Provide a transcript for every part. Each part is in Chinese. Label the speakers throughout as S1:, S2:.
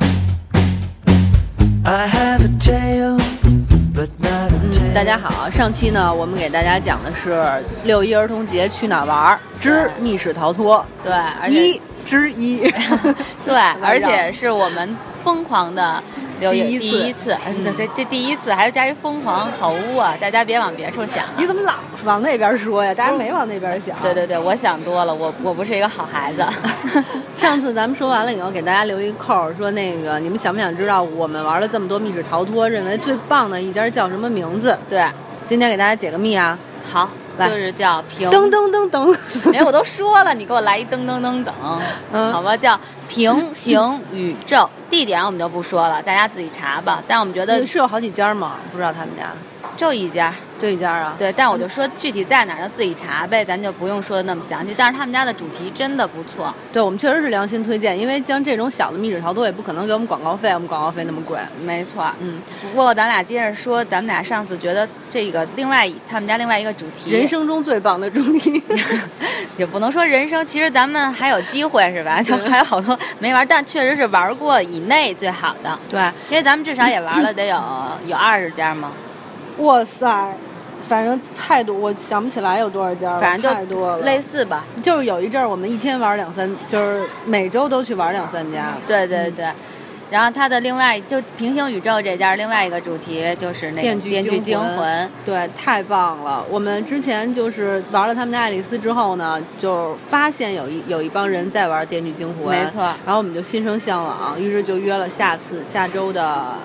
S1: 嗯大家好，上期呢，我们给大家讲的是六一儿童节去哪儿玩儿之
S2: 对
S1: 密室逃脱
S2: 对，而且
S1: 一之一，
S2: 对，而且是我们疯狂的留言
S1: 第一次
S2: 第一次，哎
S1: 嗯
S2: 对这这第一次还要加一疯狂，好污啊！大家别往别处想啊。
S1: 你怎么老往那边说呀？大家没往那边想。
S2: 对对对，我想多了，我我不是一个好孩 子。
S1: 上次咱们说完了以后，给大家留一扣儿，说那个你们想不想知道我们玩了这么多密室逃脱，认为最棒的一家叫什么名字？
S2: 对，
S1: 今天给大家解个密啊！
S2: 好，
S1: 来
S2: 就是叫平。
S1: 噔噔噔噔，
S2: 哎，我都说了，你给我来一噔噔噔噔，
S1: 嗯
S2: 好吧，叫平 行宇宙。地点我们就不说了，大家自己查吧。但我们觉得
S1: 是 有好几家吗？不知道他们家
S2: 就一家，
S1: 就一家啊？
S2: 对，但我就说具体在哪儿就自己查呗，咱就不用说的那么详细。但是他们家的主题真的不错，
S1: 对，我们确实是良心推荐，因为像这种小的密室逃脱也不可能给我们广告费，我们广告费那么贵。
S2: 没错。
S1: 嗯，
S2: 不过咱俩接着说，咱们俩上次觉得这个另外一他们家另外一个主题，
S1: 人生中最棒的主题，
S2: 也不能说人生，其实咱们还有机会是 吧？就还有好多没玩，但确实是玩过以内最好的，
S1: 对，
S2: 因为咱们至少也玩了得有有二十家嘛，
S3: 哇塞，反正太多，我想不起来有多少家了，
S2: 反
S3: 太
S2: 正
S3: 多
S2: 就
S3: 了。
S2: 类似吧。
S1: 就是有一阵儿我们一天玩两三，就是每周都去玩两三家。
S2: 对对对。然后它的另外就平行宇宙这家另外一个主题就是那个
S1: 电锯
S2: 电锯
S1: 惊
S2: 惊
S1: 魂
S2: 魂，
S1: 对，太棒了！我们之前就是玩了他们家爱丽丝之后呢，就发现有一有一帮人在玩《电锯惊魂》，
S2: 没错
S1: 然后我们就心生向往，于是就约了下次下周的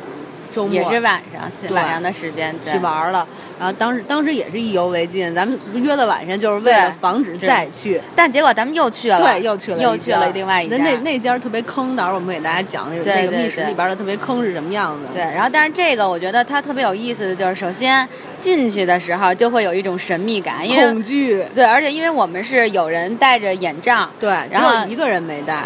S1: 周末
S2: 也是晚上
S1: 对
S2: 晚上的时间对
S1: 去玩了。然后当时当时也是意犹未尽，咱们约到晚上就是为了
S2: 对
S1: 防止再去。
S2: 但结果咱们又去了，
S1: 对，又去了一家，
S2: 又去了另外一家。
S1: 那那那家特别坑，到时候我们给大家讲那个
S2: 对
S1: 那个
S2: 对
S1: 密室
S2: 对
S1: 里边的特别坑是什么样子。
S2: 对，然后但是这个我觉得它特别有意思的就是，首先进去的时候就会有一种神秘感，因为
S1: 恐惧，
S2: 对，而且因为我们是有人戴着眼罩，
S1: 对，
S2: 然后
S1: 只有一个人没带，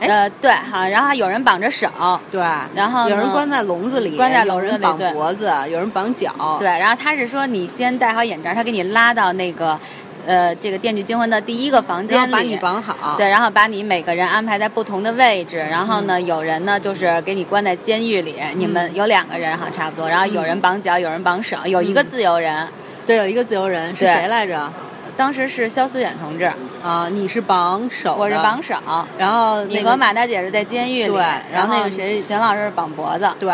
S1: 哎
S2: 呃，对，好，然后还有人绑着手，
S1: 对，
S2: 然后
S1: 有
S2: 呢
S1: 人关在笼子里，
S2: 关在笼
S1: 有
S2: 子里
S1: 人绑
S2: 对
S1: 脖子，有人绑脚，
S2: 对，然后他是说你先戴好眼罩，他给你拉到那个呃这个电锯惊魂的第一个房间
S1: 然
S2: 里，
S1: 后把你绑好，
S2: 对，然后把你每个人安排在不同的位置，然后
S1: 嗯
S2: 呢，有人呢就是给你关在监狱里，你们有两个人哈，差不多，然后有
S1: 嗯
S2: 人绑脚，有人绑手，有一个自由人，
S1: 对，有一个自由人是
S2: 对
S1: 谁来着？
S2: 当时是肖思远同志，
S1: 啊，你是绑手，
S2: 我是绑，手，
S1: 然后那
S2: 你
S1: 个
S2: 和马大姐是在监狱里，
S1: 对然
S2: 然
S1: 后那个谁
S2: 沈老师是绑脖子。
S1: 对，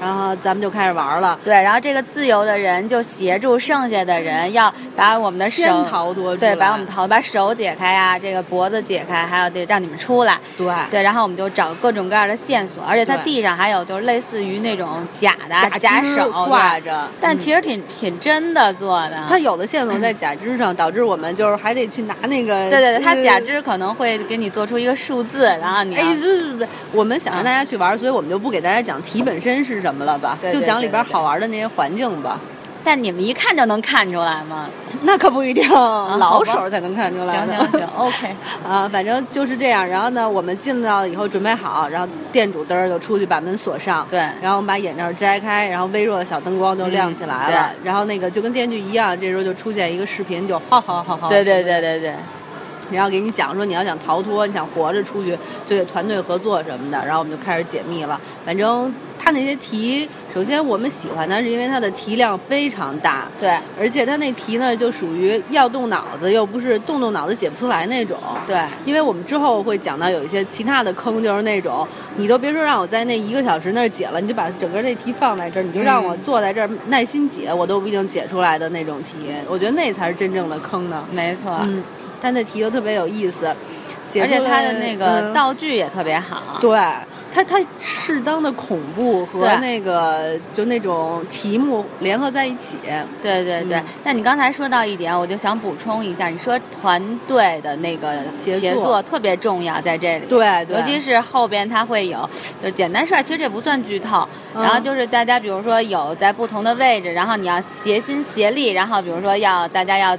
S1: 然后咱们就开始玩了，
S2: 对，然后这个自由的人就协助剩下的人，要把我们的
S1: 先
S2: 手
S1: 逃脱出
S2: 对，把
S1: 来
S2: 我们头把手解开呀、这个脖子解开，还有得让你们出来。
S1: 对
S2: 对，然后我们就找各种各样的线索，而且它
S1: 对
S2: 地上还有就是类似于那种假的
S1: 假
S2: 假
S1: 肢
S2: 手
S1: 挂
S2: 对
S1: 着
S2: 但
S1: 嗯
S2: 其实挺、挺真的做的。
S1: 他有的线索在假肢上，导致我们就是还得去拿那个，
S2: 对对对，它
S1: 呃
S2: 假。肢啊可能会给你做出一个数字，然后你要、
S1: 哎，不是不是，我们想让
S2: 嗯
S1: 大家去玩，所以我们就不给大家讲题本身是什么了吧，
S2: 对
S1: 就
S2: 对
S1: 讲里
S2: 对
S1: 边
S2: 对
S1: 好玩的那些环境吧。
S2: 但你们一看就能看出来吗？
S1: 那可不一定，老
S2: 嗯好吧
S1: 手才能看出
S2: 行
S1: 来的。
S2: 行 行，OK。
S1: 啊，反正就是这样。然后呢，我们进到以后准备好，然后店主嘚儿就出去把门锁上。
S2: 对
S1: 然后我们把眼罩摘开，然后微弱的小灯光就亮起来了。
S2: 嗯
S1: 然后那个就跟电锯一样，这时候就出现一个视频，就哈哈哈哈。
S2: 对对对对对，
S1: 然后给你讲说你要想逃脱，你想活着出去，就得团队合作什么的。然后我们就开始解密了。反正他那些题，首先我们喜欢它是因为它的题量非常大。
S2: 对
S1: 而且它那题呢，就属于要动脑子，又不是动动脑子写不出来那种。
S2: 对。
S1: 因为我们之后会讲到有一些其他的坑，就是那种你都别说让我在那一个小时那儿解了，你就把整个那题放在这儿，你就让我坐在这儿耐心解，我都不一定解出来的那种题，我觉得那才是真正的坑呢。
S2: 没错，
S1: 嗯，他那题就特别有意思，
S2: 而且它
S1: 他
S2: 的那个、道具也特别好。
S1: 嗯对。它它适当的恐怖和
S2: 对
S1: 那个就那种题目联合在一起，
S2: 对对对
S1: 嗯，
S2: 那你刚才说到一点，我就想补充一下，你说团队的那个
S1: 协作
S2: 协作特别重要，在这里。
S1: 对对
S2: 尤其是后边它会有，就是简单事儿，其实这不算剧透。
S1: 嗯
S2: 然后就是大家，比如说有在不同的位置，然后你要协心协力，然后比如说要大家要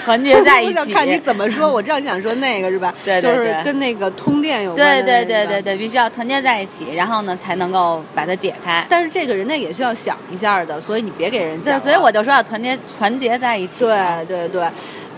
S2: 团结在一
S1: 我
S2: 起。
S1: 想看你怎么说，我知道你想说那个是 吧？
S2: 对对
S1: 就是
S2: 对
S1: 跟那个通电有关
S2: 对
S1: 的、那
S2: 对
S1: 个。
S2: 对对对，必须要团结在一起，然后呢才能够把它解开。
S1: 但是这个人家也需要想一下的，所以你别给人讲
S2: 对，
S1: 了。
S2: 所以我就说要团结团结在一起。
S1: 对对对，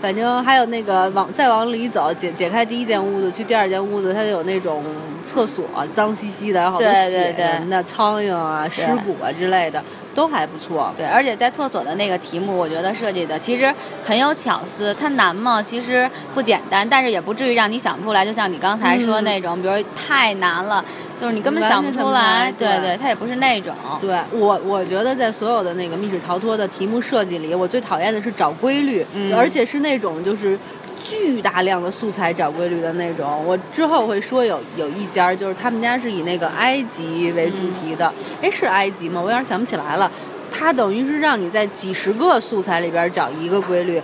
S1: 反正还有那个往再往里走，解解开第一间屋子，去第二间屋子，它就有那种厕所脏兮兮的，有好多
S2: 对对
S1: 血
S2: 对
S1: 什么的，苍蝇啊、尸骨啊之类的，都还不错。
S2: 对，而且在厕所的那个题目，我觉得设计的其实很有巧思。它难吗？其实不简单，但是也不至于让你想不出来。就像你刚才说
S1: 嗯
S2: 那种，比如太难了，就是你根本
S1: 完
S2: 想
S1: 全
S2: 不
S1: 想
S2: 出
S1: 不
S2: 来。
S1: 来
S2: 对
S1: 对
S2: 对，它也不是那种。
S1: 对我，我觉得在所有的那个密室逃脱的题目设计里，我最讨厌的是找规律，
S2: 嗯
S1: 而且是那种就是巨大量的素材找规律的那种。我之后会说有有一家儿，就是他们家是以那个埃及为主题的，哎、是埃及吗？我有点想不起来了。它等于是让你在几十个素材里边儿找一个规律，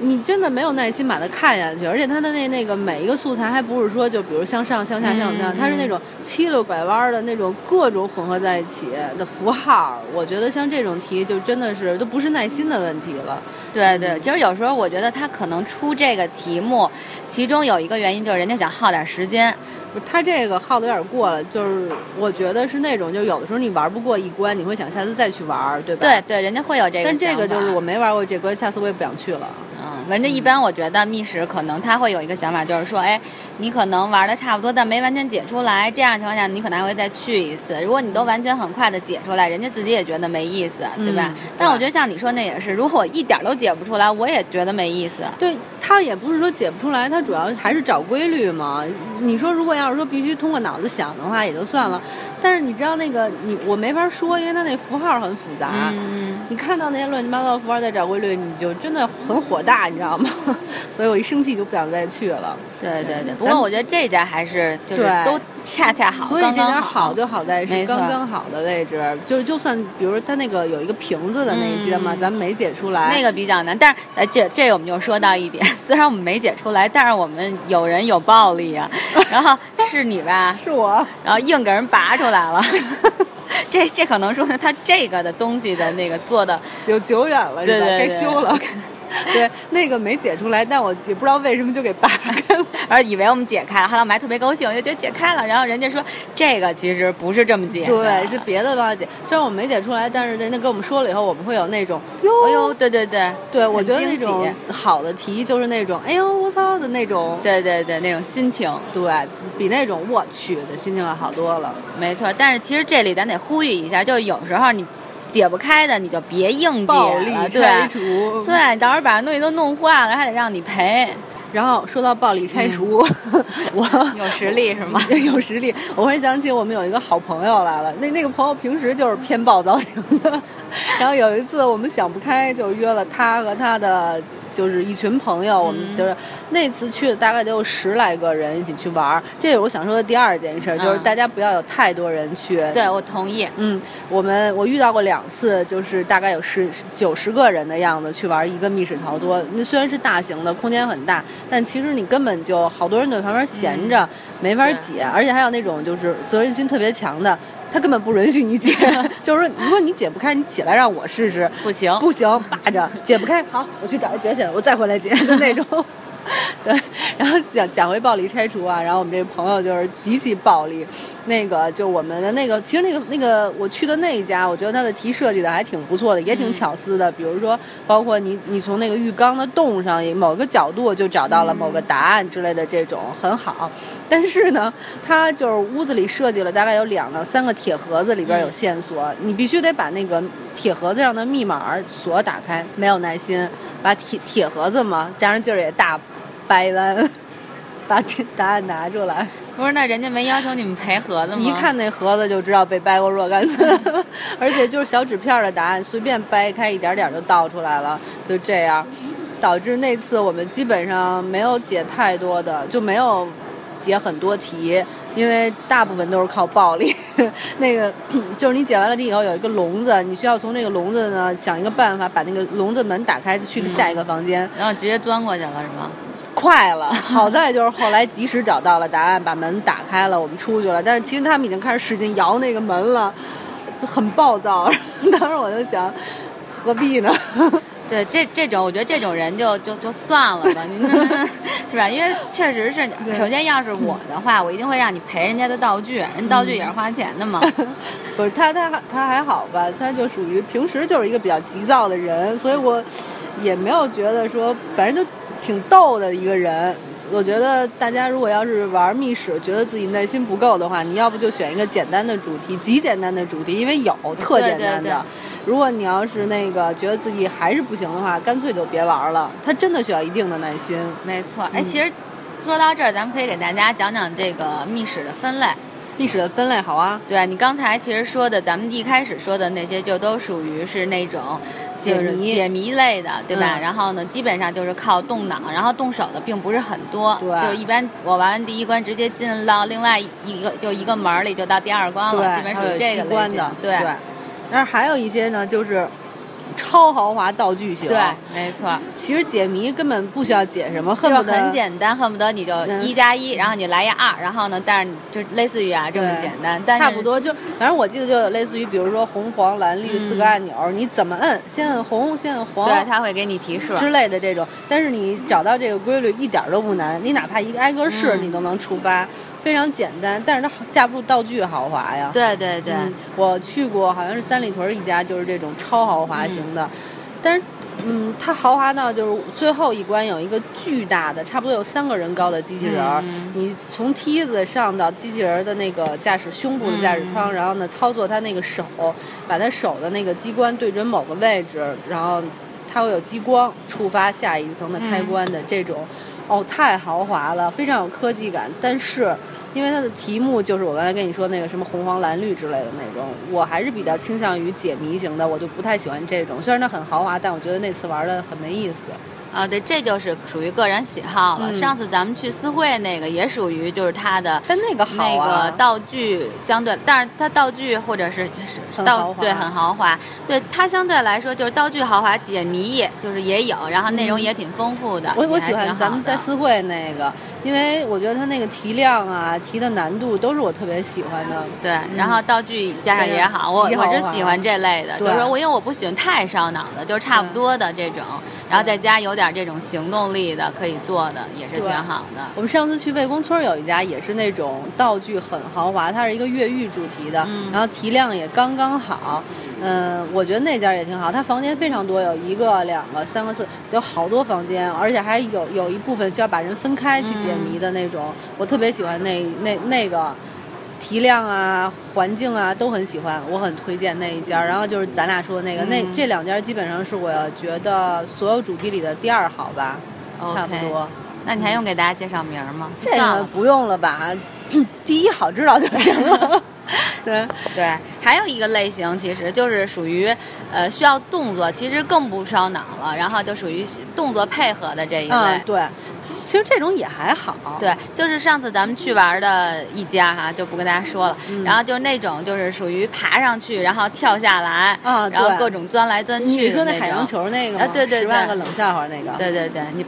S1: 你真的没有耐心把它看下去，而且它的那那个每一个素材还不是说就比如向上、向下、向上，它是那种七溜拐弯的那种各种混合在一起的符号。我觉得像这种题就真的是都不是耐心的问题了。
S2: 对对，其实有时候我觉得他可能出这个题目，其中有一个原因就是人家想耗点时间。
S1: 不是，它这个耗的有点过了，就是我觉得是那种，就有的时候你玩不过一关，你会想下次再去玩，对吧？
S2: 对。对，人家会有这个
S1: 但
S2: 想法。
S1: 这个就是我没玩过这关，下次我也不想去了。
S2: 嗯，反正一般我觉得密室可能他会有一个想法，就是说，哎，你可能玩的差不多，但没完全解出来，这样的情况下你可能还会再去一次。如果你都完全很快的解出来，人家自己也觉得没意思，对吧？
S1: 嗯
S2: 但
S1: 对
S2: 我觉得像你说那也是，如果我一点儿都解不出来，我也觉得没意思。啊
S1: 对，它也不是说解不出来，它主要还是找规律嘛。你说如果要是说必须通过脑子想的话，也就算了。但是你知道那个你我没法说，因为它那符号很复杂。
S2: 嗯，
S1: 你看到那些乱七八糟的符号在找规律，你就真的很火大，你知道吗？ 所以我一生气就不想再去了。
S2: 对对对。
S1: 嗯
S2: 不过
S1: 咱
S2: 我觉得这家还是就是
S1: 对
S2: 都恰恰好，
S1: 所以这
S2: 刚
S1: 点
S2: 刚
S1: 好就好在
S2: 没
S1: 是
S2: 错
S1: 刚刚好的位置，就就算比如它那个有一个瓶子的那一阶嘛，
S2: 嗯
S1: 咱们没解出来，
S2: 那个比较难，但是呃，这这我们就说到一点， 虽然我们没解出来，但是我们有人有暴力啊，然后是你吧，
S3: 是我，
S2: 然后硬给人拔出来 了。这这可能说明他这个的东西的那个做的，
S1: 有久远了是吧？
S2: 对对对
S1: 该修了。 对，那个没解出来，但我也不知道为什么就给拔开 了。
S2: 而以为我们解开了，后来我们还特别高兴，就觉得解开了。然后人家说这个其实不是这么解的，
S1: 对，是别的忘了解。虽然我没解出来，但是人家跟我们说了以后，我们会有那种哟，
S2: 哎呦，对对对，
S1: 对我觉得
S2: 很
S1: 那
S2: 惊喜
S1: 种好的题就是那种哎呦我操的那种，
S2: 对对对那种心情，
S1: 对比那种我去的心情要好多了。
S2: 没错。但是其实这里咱得呼吁一下，就是有时候你解不开的，你就别硬解
S1: 暴力
S2: 了，
S1: 拆
S2: 啊对
S1: 除，
S2: 对，到时候把人东西都弄坏了，还得让你赔，
S1: 然后说到暴力拆除， 我
S2: 嗯有实力是 吗？
S1: 有实力。我忽然想起我们有一个好朋友来了，那那个朋友平时就是偏暴躁型的， 然后有一次我们想不开，就约了他和他的就是一群朋友，我
S2: 嗯
S1: 们就是那次去的大概得有十来个人一起去玩儿。这也是我想说的第二件事，就是
S2: 嗯
S1: 大家不要有太多人去。
S2: 对，我同意。
S1: 嗯，我们我遇到过两次，就是大概有十九十个人的样子去玩一个密室逃脱。那虽然是大型的，空间很大，但其实你根本就好多人在旁边闲着，没法解。而且还有那种就是责任心特别强的，他根本不允许你解，就是说如果你解不开，你起来让我试试，
S2: 不行，
S1: 不行，霸着解不开，好，我去找一别解了，我再回来解，就那种。对，然后讲讲回暴力拆除啊，然后我们这个朋友就是极其暴力，那个就我们的那个，其实那个那个我去的那一家，我觉得他的题设计的还挺不错的，也挺巧思的。比如说，包括你你从那个浴缸的洞上也某个角度就找到了某个答案之类的，这种很好。但是呢，他就是屋子里设计了大概有两到三个铁盒子，里边有线索，你必须得把那个铁盒子上的密码锁打开。没有耐心，把铁铁盒子嘛，加上劲儿也大，掰弯， 把这答案拿出来。
S2: 不是，那人家没要求你们赔盒子吗？
S1: 一看那盒子就知道被掰过若干次，而且就是小纸片儿的答案，随便掰开一点点儿就倒出来了，就这样，导致那次我们基本上没有解太多的，就没有解很多题，因为大部分都是靠暴力。 那个就是你解完了题以后有一个笼子，你需要从那个笼子呢想一个办法把那个笼子门打开去下一个房间。
S2: 然后直接钻过去了是吗？
S1: 快了，好在就是后来及时找到了答案，把门打开了，我们出去了。但是其实他们已经开始使劲摇那个门了，很暴躁。 当时我就想，何必呢？
S2: 对，这这种我觉得这种人就就就算了吧，您 是吧？因为确实是，首先要是我的话，我一定会让你赔人家的道具，人道具也是花钱的嘛。
S1: 不是他，他他还好吧？他就属于平时就是一个比较急躁的人，所以我也没有觉得说，反正就挺逗的一个人。我觉得大家如果要是玩密室，觉得自己耐心不够的话，你要不就选一个简单的主题，极简单的主题，因为有特简单的。
S2: 对对对
S1: 如果你要是那个觉得自己还是不行的话，干脆就别玩了。它真的需要一定的耐心。
S2: 没错，哎，其实说到这儿，咱们可以给大家讲讲这个密室的分类。
S1: 密室的分类好啊，
S2: 对你刚才其实说的，咱们一开始说的那些，就都属于是那种
S1: 解
S2: 就是
S1: 谜
S2: 解谜类的，对吧？
S1: 嗯
S2: 然后呢，基本上就是靠动脑，然后动手的并不是很多。
S1: 对
S2: 就一般我玩完第一关，直接进到另外一个就一个门儿里，就到第二关
S1: 对，
S2: 了，
S1: 还
S2: 基本
S1: 有
S2: 属于这个
S1: 机
S2: 类
S1: 关
S2: 型
S1: 的，
S2: 对
S1: 但是还有一些呢，就是超豪华道具型。啊
S2: 对，没错，
S1: 其实解谜根本不需要解什么，嗯恨
S2: 就
S1: 不得
S2: 很简单，恨不得你就
S1: 嗯
S2: 一加一，然后你来一二，然后呢，但是就类似于啊这么
S1: 对
S2: 简单，但是
S1: 差不多就，反正我记得就有类似于，比如说红、黄、蓝、绿
S2: 嗯
S1: 四个按钮，你怎么摁，先摁红，先摁黄
S2: 对，他会给你提示。
S1: 之类的这种。但是你找到这个规律一点儿都不难，你哪怕一个挨个试，
S2: 嗯
S1: 你都能触发，非常简单。但是它架不住道具豪华呀。
S2: 对对对，
S1: 嗯我去过，好像是三里屯一家，就是这种超豪华型的，但是。嗯，它豪华到就是最后一关有一个巨大的，差不多有三个人高的机器人儿，
S2: 嗯
S1: 你从梯子上到机器人儿的那个驾驶胸部的驾驶
S2: 嗯
S1: 舱，然后呢操作它那个手，把它手的那个机关对准某个位置，然后它会有激光触发下一层的开关的这种，哦，太豪华了，非常有科技感，但是。因为它的题目就是我刚才跟你说那个什么红黄蓝绿之类的那种，我还是比较倾向于解谜型的，我就不太喜欢这种。虽然它很豪华，但我觉得那次玩的很没意思。
S2: 啊，对，这就是属于个人喜好了。
S1: 嗯
S2: 上次咱们去私会那个也属于就是它的
S1: 但那个好
S2: 那
S1: 啊，
S2: 个道具相对，但是它道具或者是是
S1: 很豪
S2: 道
S1: 华
S2: 对很豪华，对它相对来说就是道具豪华，解谜也就是也有，然后内容
S1: 嗯
S2: 也挺丰富的。
S1: 我
S2: 也
S1: 我
S2: 还
S1: 喜
S2: 挺
S1: 欢
S2: 好
S1: 咱们在
S2: 的
S1: 私会那个，因为我觉得它那个题量啊、题的难度都是我特别喜欢的。
S2: 对，然后道具加上也好，
S1: 嗯
S2: 我
S1: 极豪
S2: 我
S1: 华
S2: 是喜欢这类的，就
S1: 对
S2: 是说我因为我不喜欢太烧脑的，就是差不多的这种，然后再加有点这种行动力的可以做的，也是挺
S1: 对
S2: 好的。
S1: 我们上次去魏公村有一家也是那种道具很豪华，它是一个越狱主题的，
S2: 嗯
S1: 然后题量也刚刚好。嗯，我觉得那家也挺好，它房间非常多，有一个、两个、三个、四，有好多房间，而且还有有一部分需要把人分开去解
S2: 嗯
S1: 谜的那种。我特别喜欢那那那个题量啊、环境啊都很喜欢，我很推荐那一家。然后就是咱俩说的那个，那
S2: 嗯
S1: 这两家基本上是我觉得所有主题里的第二好吧，差不
S2: OK
S1: 多。
S2: 那你还用给大家介绍名儿吗？就
S1: 这
S2: 算
S1: 个
S2: 了吧
S1: 不用了吧？ 第一好知道就行 了。对，
S2: 对，还有一个类型其实就是属于呃需要动作，其实更不烧脑了，然后就属于动作配合的这一类。
S1: 嗯，对，其实这种也还好。
S2: 对，就是上次咱们去玩的一家哈、就不跟大家说了。
S1: 嗯
S2: 然后就是那种就是属于爬上去，然后跳下来，
S1: 啊
S2: 然后
S1: 对
S2: 各种钻来钻去。
S1: 你说
S2: 那
S1: 那海洋
S2: 种？
S1: 球那个
S2: 啊
S1: 吗
S2: 对对
S1: 十万
S2: 对
S1: 个冷笑话那个，
S2: 对对对，你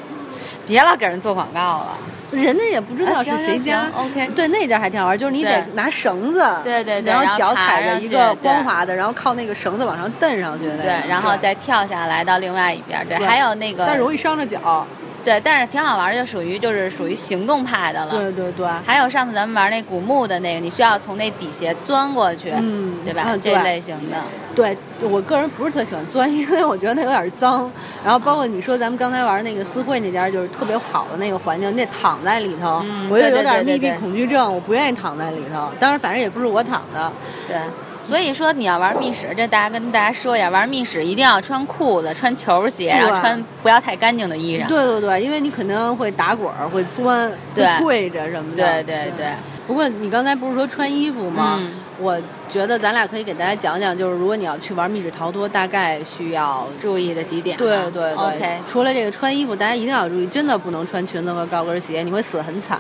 S2: 别老给人做广告了。
S1: 人家也不知道是
S2: 啊行
S1: 谁
S2: 行
S1: 家
S2: 行。？OK。
S1: 对，那家还挺好玩，就是你得
S2: 对
S1: 拿绳子，
S2: 对对对
S1: 然
S2: 然后
S1: 脚
S2: 爬
S1: 踩着
S2: 上
S1: 一
S2: 去
S1: 个
S2: 对
S1: 光滑的，然后靠那个绳子往上蹬上去那种。
S2: 对，然后再跳下来到另外一边儿。对，
S1: 对
S2: 还有那个，
S1: 但容易伤着脚。
S2: 对，但是挺好玩的，就属于就是属于行动派的了。
S1: 对对对，
S2: 还有上次咱们玩那古墓的那个，你需要从那底下钻过去，
S1: 嗯
S2: 对吧？
S1: 嗯对
S2: 这类型的，
S1: 对我个人不是特喜欢钻，因为我觉得那有点脏。然后包括你说咱们刚才玩那个私会那家，就是特别好的那个环境，那躺在里头，
S2: 嗯
S1: 我就
S2: 对对
S1: 有点
S2: 对对
S1: 密闭
S2: 对
S1: 恐惧症，我不愿意躺在里头。当然，反正也不是我躺的，
S2: 对。所以说你要玩密室，这大家跟大家说一下，玩密室一定要穿裤子、穿球鞋，然后
S1: 对
S2: 穿不要太干净的衣裳。
S1: 对对对，因为你肯定会打滚儿、会钻、会
S2: 对
S1: 跪着什么的。
S2: 对对对
S1: 不过你刚才不是说穿衣服吗？
S2: 嗯
S1: 我觉得咱俩可以给大家讲讲，就是如果你要去玩密室逃脱，大概需要。
S2: 注意的几点啊。
S1: 对对对
S2: OK，
S1: 除了这个穿衣服，大家一定要注意，真的不能穿裙子和高跟鞋，你会死得很惨。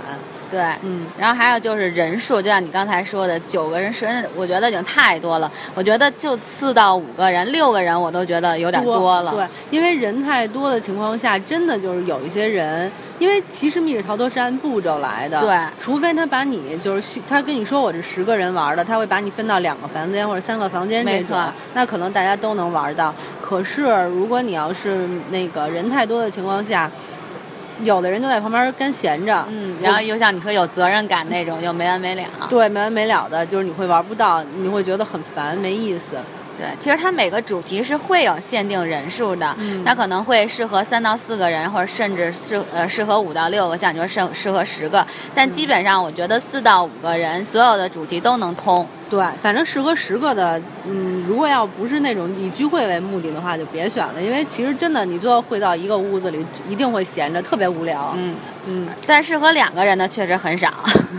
S2: 对。
S1: 嗯，
S2: 然后还有就是人数，就像你刚才说的，九个人、十人，我觉得已经太多了。我觉得就四到五个人、六个人，我都觉得有点多了。
S1: 对，因为人太多的情况下，真的就是有一些人，因为其实密室逃脱是按步骤来的，
S2: 对
S1: 除非他把你就是虚他跟你说我是十个人玩的，他会把你分到两个房间或者三个房间这
S2: 没
S1: 种
S2: 错，
S1: 那可能大家都能玩到。可是如果你要是那个人太多的情况下，有的人就在旁边干闲着，
S2: 嗯，
S1: 就
S2: 然后又像你说有责任感 那种，就没完没了。
S1: 对，没完没了的，就是你会玩不到，你会觉得很烦，没意思。
S2: 对，其实它每个主题是会有限定人数的，
S1: 嗯
S2: 它可能会适合三到四个人，或者甚至适呃适合五到六个，像你说适适合十个，
S1: 嗯
S2: 但基本上我觉得四到五个人所有的主题都能通。
S1: 对，反正十个十个的，嗯，如果要不是那种以聚会为目的的话，就别选了，因为其实真的你最后会到一个屋子里，一定会闲着，特别无聊。
S2: 嗯，
S1: 嗯，
S2: 但适合两个人的确实很少，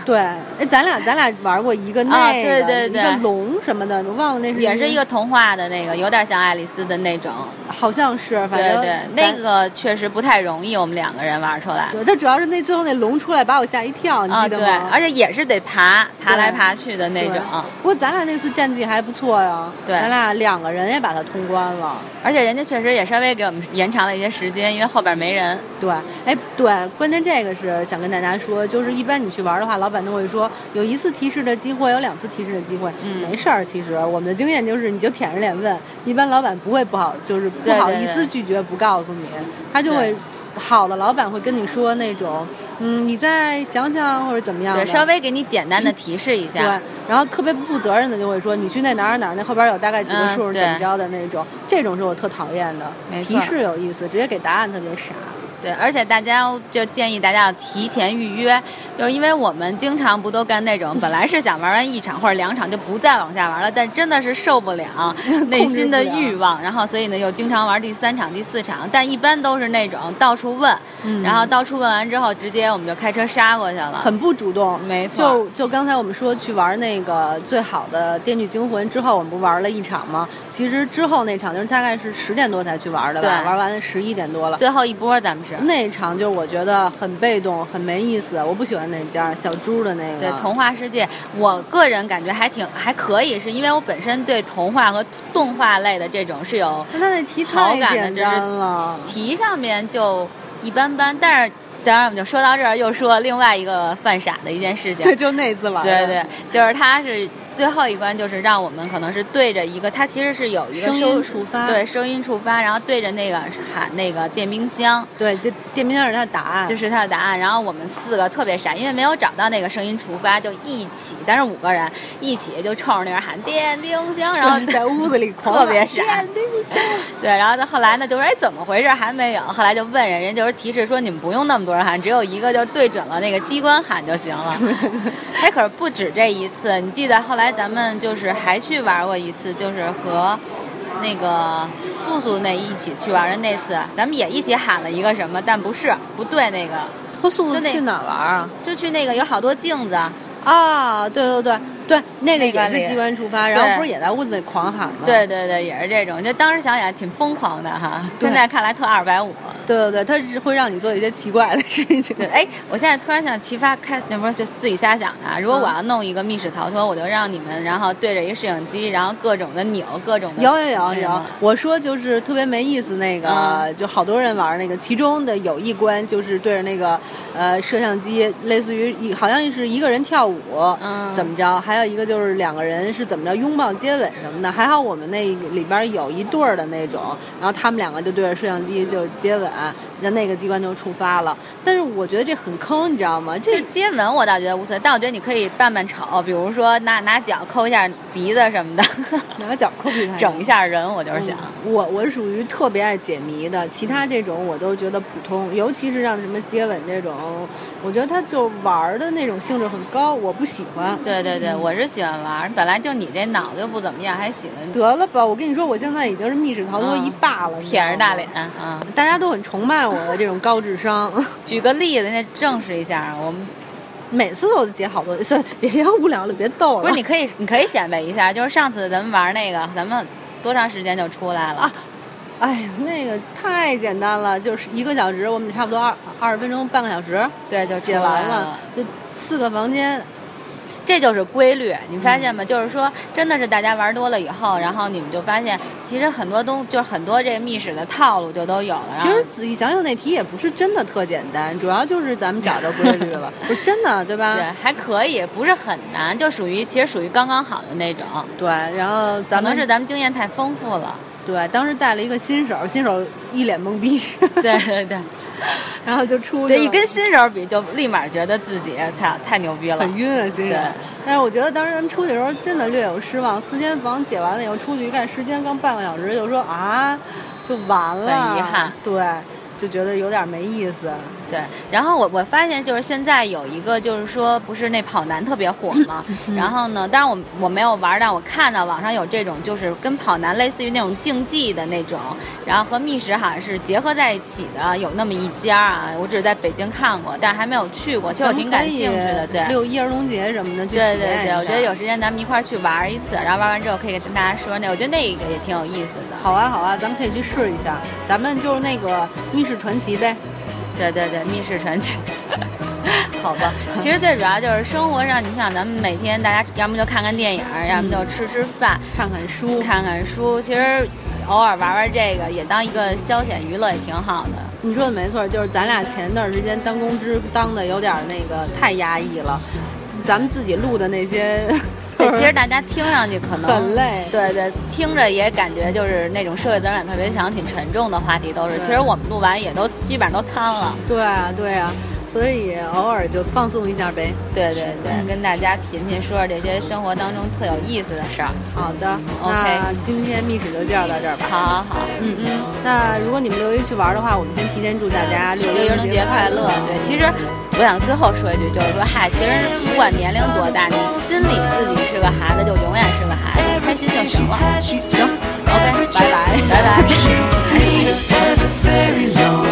S1: 对，哎，咱俩咱俩玩过一个那个，
S2: 啊对对对
S1: 一个龙什么的，我忘了那是
S2: 也是一个童话的那个，有点像爱丽丝的那种。
S1: 好像是，反
S2: 对
S1: 正
S2: 对，
S1: 咱
S2: 那个确实不太容易，我们两个人玩出来。
S1: 对，但主要是那最后那龙出来把我吓一跳，你
S2: 啊，
S1: 记得
S2: 对
S1: 吗？，
S2: 而且也是得爬，爬
S1: 对
S2: 来爬去的那
S1: 对
S2: 种。啊
S1: 不过咱俩那次战绩还不错呀，
S2: 对
S1: 咱俩两个人也把它通关了。
S2: 而且人家确实也稍微给我们延长了一些时间，因为后边没人。
S1: 对，哎，对，关键这个是想跟大家说，就是一般你去玩的话，老板都会说有一次提示的机会，有两次提示的机会，
S2: 嗯
S1: 没事儿。其实我们的经验就是，你就舔着脸问，一般老板不会不好，就是不
S2: 对对
S1: 好意思
S2: 对
S1: 拒绝，不告诉你，他就会
S2: 对
S1: 好的老板会跟你说那种，嗯，你再想想或者怎么样的，
S2: 对，稍微给你简单的提示一
S1: 对
S2: 下。，
S1: 然后特别不负责任的就会说你去那哪儿哪儿，那后边有大概几个
S2: 嗯
S1: 数，
S2: 对
S1: 怎么着的那种，这种是我特讨厌的。
S2: 没
S1: 提
S2: 错
S1: 示有意思，直接给答案特别傻。
S2: 对而且大家就建议大家要提前预约，就是因为我们经常不都干那种，本来是想玩完一场或者两场就不再往下玩了，但真的是受不 了内心的欲望，然后所以呢又经常玩第三场、第四场，但一般都是那种到处问，
S1: 嗯
S2: 然后到处问完之后，直接我们就开车杀过去了。
S1: 很不主动，
S2: 没错
S1: 就就刚才我们说去玩那个最好的《电锯惊魂》之后，我们不玩了一场吗？其实之后那场就是大概是十点多才去玩的吧，
S2: 对
S1: 玩完了十一点多了。
S2: 最后一波咱们是。
S1: 那场就是我觉得很被动，很没意思，我不喜欢那家小猪的那个。
S2: 对童话世界，我个人感觉还挺还可以，是因为我本身对童话和动画类的这种是有
S1: 那那题
S2: 好
S1: 太
S2: 感的
S1: 简
S2: 真是
S1: 单了，
S2: 题上面就一般般，但是当然我们就说到这儿，又说另外一个犯傻的一件事情，
S1: 对，就那次玩的。
S2: 对对，就是他是最后一关，就是让我们可能是对着一个，它其实是有一个
S1: 声音
S2: 收
S1: 触发
S2: 对声音触发，然后对着那个喊那个电冰箱，
S1: 对，这电冰箱是它的答案。
S2: 这是他的答案。然后我们四个特别傻，因为没有找到那个声音触发，就一起，但是五个人一起就冲着那儿喊电冰箱，然后
S1: 对在屋子里狂
S2: 特别
S1: 喊
S2: 傻。对，然后到后来呢，就说哎怎么回事还没有，后来就问人，人家就是提示说你们不用那么多人喊，只有一个就对准了那个机关喊就行了。哎，可是不止这一次，你记得后来咱们就是还去玩过一次，就是和。那个素素那一起去玩的那次，咱们也一起喊了一个什么，但不是不对那个，
S1: 和素
S2: 就
S1: 素
S2: 那
S1: 去哪儿玩啊？
S2: 就去那个有好多镜子，
S1: 啊，对对对对，那个
S2: 那个
S1: 也
S2: 里
S1: 是机关触发，然后不是也在屋子里狂喊吗？
S2: 对对对，也是这种。就当时想想挺疯狂的哈，
S1: 对
S2: 现在看来特二百五。
S1: 对对对，它是会让你做一些奇怪的事情。
S2: 对，哎，我现在突然想启发开，那不是就自己瞎想的啊。如果我要弄一个密室逃脱，我就让你们，然后对着一个摄影机，然后各种的扭，各种的
S1: 有有有有
S2: 嗯，
S1: 我说就是特别没意思那个，
S2: 嗯
S1: 就好多人玩那个，其中的有一关就是对着那个呃摄像机，类似于一好像是一个人跳舞，
S2: 嗯
S1: 怎么着，还有一个就是两个人是怎么着拥抱接吻什么的。还好我们那里边有一对儿的那种，然后他们两个就对着摄像机就接吻，那那个机关就触发了。但是我觉得这很坑，你知道吗？这
S2: 就接吻我倒觉得无所谓，但我觉得你可以扮扮丑，比如说拿 拿脚抠一下鼻子什么的，
S1: 哪个脚抠鼻子还
S2: 整一下人，我就是想。
S1: 嗯我我是属于特别爱解谜的，其他这种我都觉得普通，尤其是像什么接吻这种，我觉得他就玩儿的那种性质很高，我不喜欢。
S2: 对对
S1: 嗯
S2: 对，我是喜欢玩儿，本来就你这脑子又不怎么样，还喜欢
S1: 得了吧，我跟你说，我现在已经是密室逃脱
S2: 嗯
S1: 一霸了，你知道
S2: 舔
S1: 吗
S2: 着大脸。啊。
S1: 大家都很崇拜我的这种高智商，
S2: 举个例子，那证实一下，啊我们
S1: 每次都解好多，所以别别无聊了，别逗了。
S2: 不是你可以，你可以显摆一下，就是上次咱们玩那个，咱们多长时间就出来了？
S1: 啊哎呀，那个太简单了，就是一个小时，我们得差不多二二十分钟，半个小时
S2: 对，就出
S1: 解
S2: 来
S1: 完
S2: 了
S1: 了，，就四个房间，
S2: 这就是规律，你发
S1: 嗯
S2: 现吗？就是说，真的是大家玩多了以后，然后你们就发现，其实很多东，就是很多这个密室的套路就都有了。
S1: 其实仔细想想，那题也不是真的特简单，主要就是咱们找着规律 了，不是真的，对吧？
S2: 然后对还可以，不是很难，就属于其实属于刚刚好的那种。
S1: 对然后
S2: 可
S1: 咱们
S2: 能是咱们经验太丰富了。
S1: 对，当时带了一个新手，新手一脸懵逼。
S2: 对对对，
S1: 然后就出去
S2: 对，
S1: 了。
S2: 一跟新人比，就立马觉得自己操太牛逼了
S1: 很。晕啊，新人
S2: 对。
S1: 但是我觉得当时咱们出去的时候真的略有失望，四间房解完了以后出去一看，时间刚半个小时，就说啊，就完了，
S2: 很遗憾。
S1: 对，就觉得有点没意思。
S2: 对，然后我我发现就是现在有一个就是说不是那跑男特别火嘛，
S1: 嗯
S2: 然后呢，当然我我没有玩儿，但我看到网上有这种就是跟跑男类似于那种竞技的那种，然后和觅食好像是结合在一起的，有那么一家啊，我只是在北京看过，但是还没有去过，其实我挺感兴趣的，对。
S1: 六一儿童节什么的，去
S2: 对
S1: 体验
S2: 对
S1: 一
S2: 对，
S1: 下
S2: 我觉得有时间咱们一块儿去玩儿一次，然后玩完之后可以跟大家说那，我觉得那个也挺有意思的。
S1: 好啊好啊，咱们可以去试一下。咱们就是那个密室传奇呗。
S2: 对对对，密室 传奇。好吧，其实最主要就是生活上，你想咱们每天大家要么就看看电影
S1: 嗯
S2: 儿，要么就吃吃饭，
S1: 看看书，
S2: 看看书。其实偶尔玩玩这个，也当一个消遣娱乐，也挺好 的。，
S1: 你说的没错，就是咱俩前段时间当公知当的有点儿那个太压抑了，咱们自己录的那些
S2: 对，其实大家听上去可能
S1: 很累
S2: 对对，听着也感觉就是那种社会责任感特别强、挺沉重的话题都是。
S1: 对
S2: 其实我们录完也都基本上都瘫了。
S1: 对啊，对啊，所以偶尔就放松一下呗。
S2: 对对对，跟大家频频说说这些生活当中特有意思的事儿。
S1: 好的
S2: OK
S1: 那今天密室就介绍到这儿吧。
S2: 好好，
S1: 嗯
S2: 嗯。
S1: 那如果你们六一去玩的话，我们先提前祝大家六
S2: 六
S1: 一
S2: 一
S1: 儿
S2: 儿童节快乐！对，其实我想最后说一句，就是说，嗨，其实不管年龄多大，你心里自己是个孩子，就永远是个孩子，开心就行了。
S4: She had, she took
S2: OK，拜拜，拜拜。
S4: every chance she had for very long.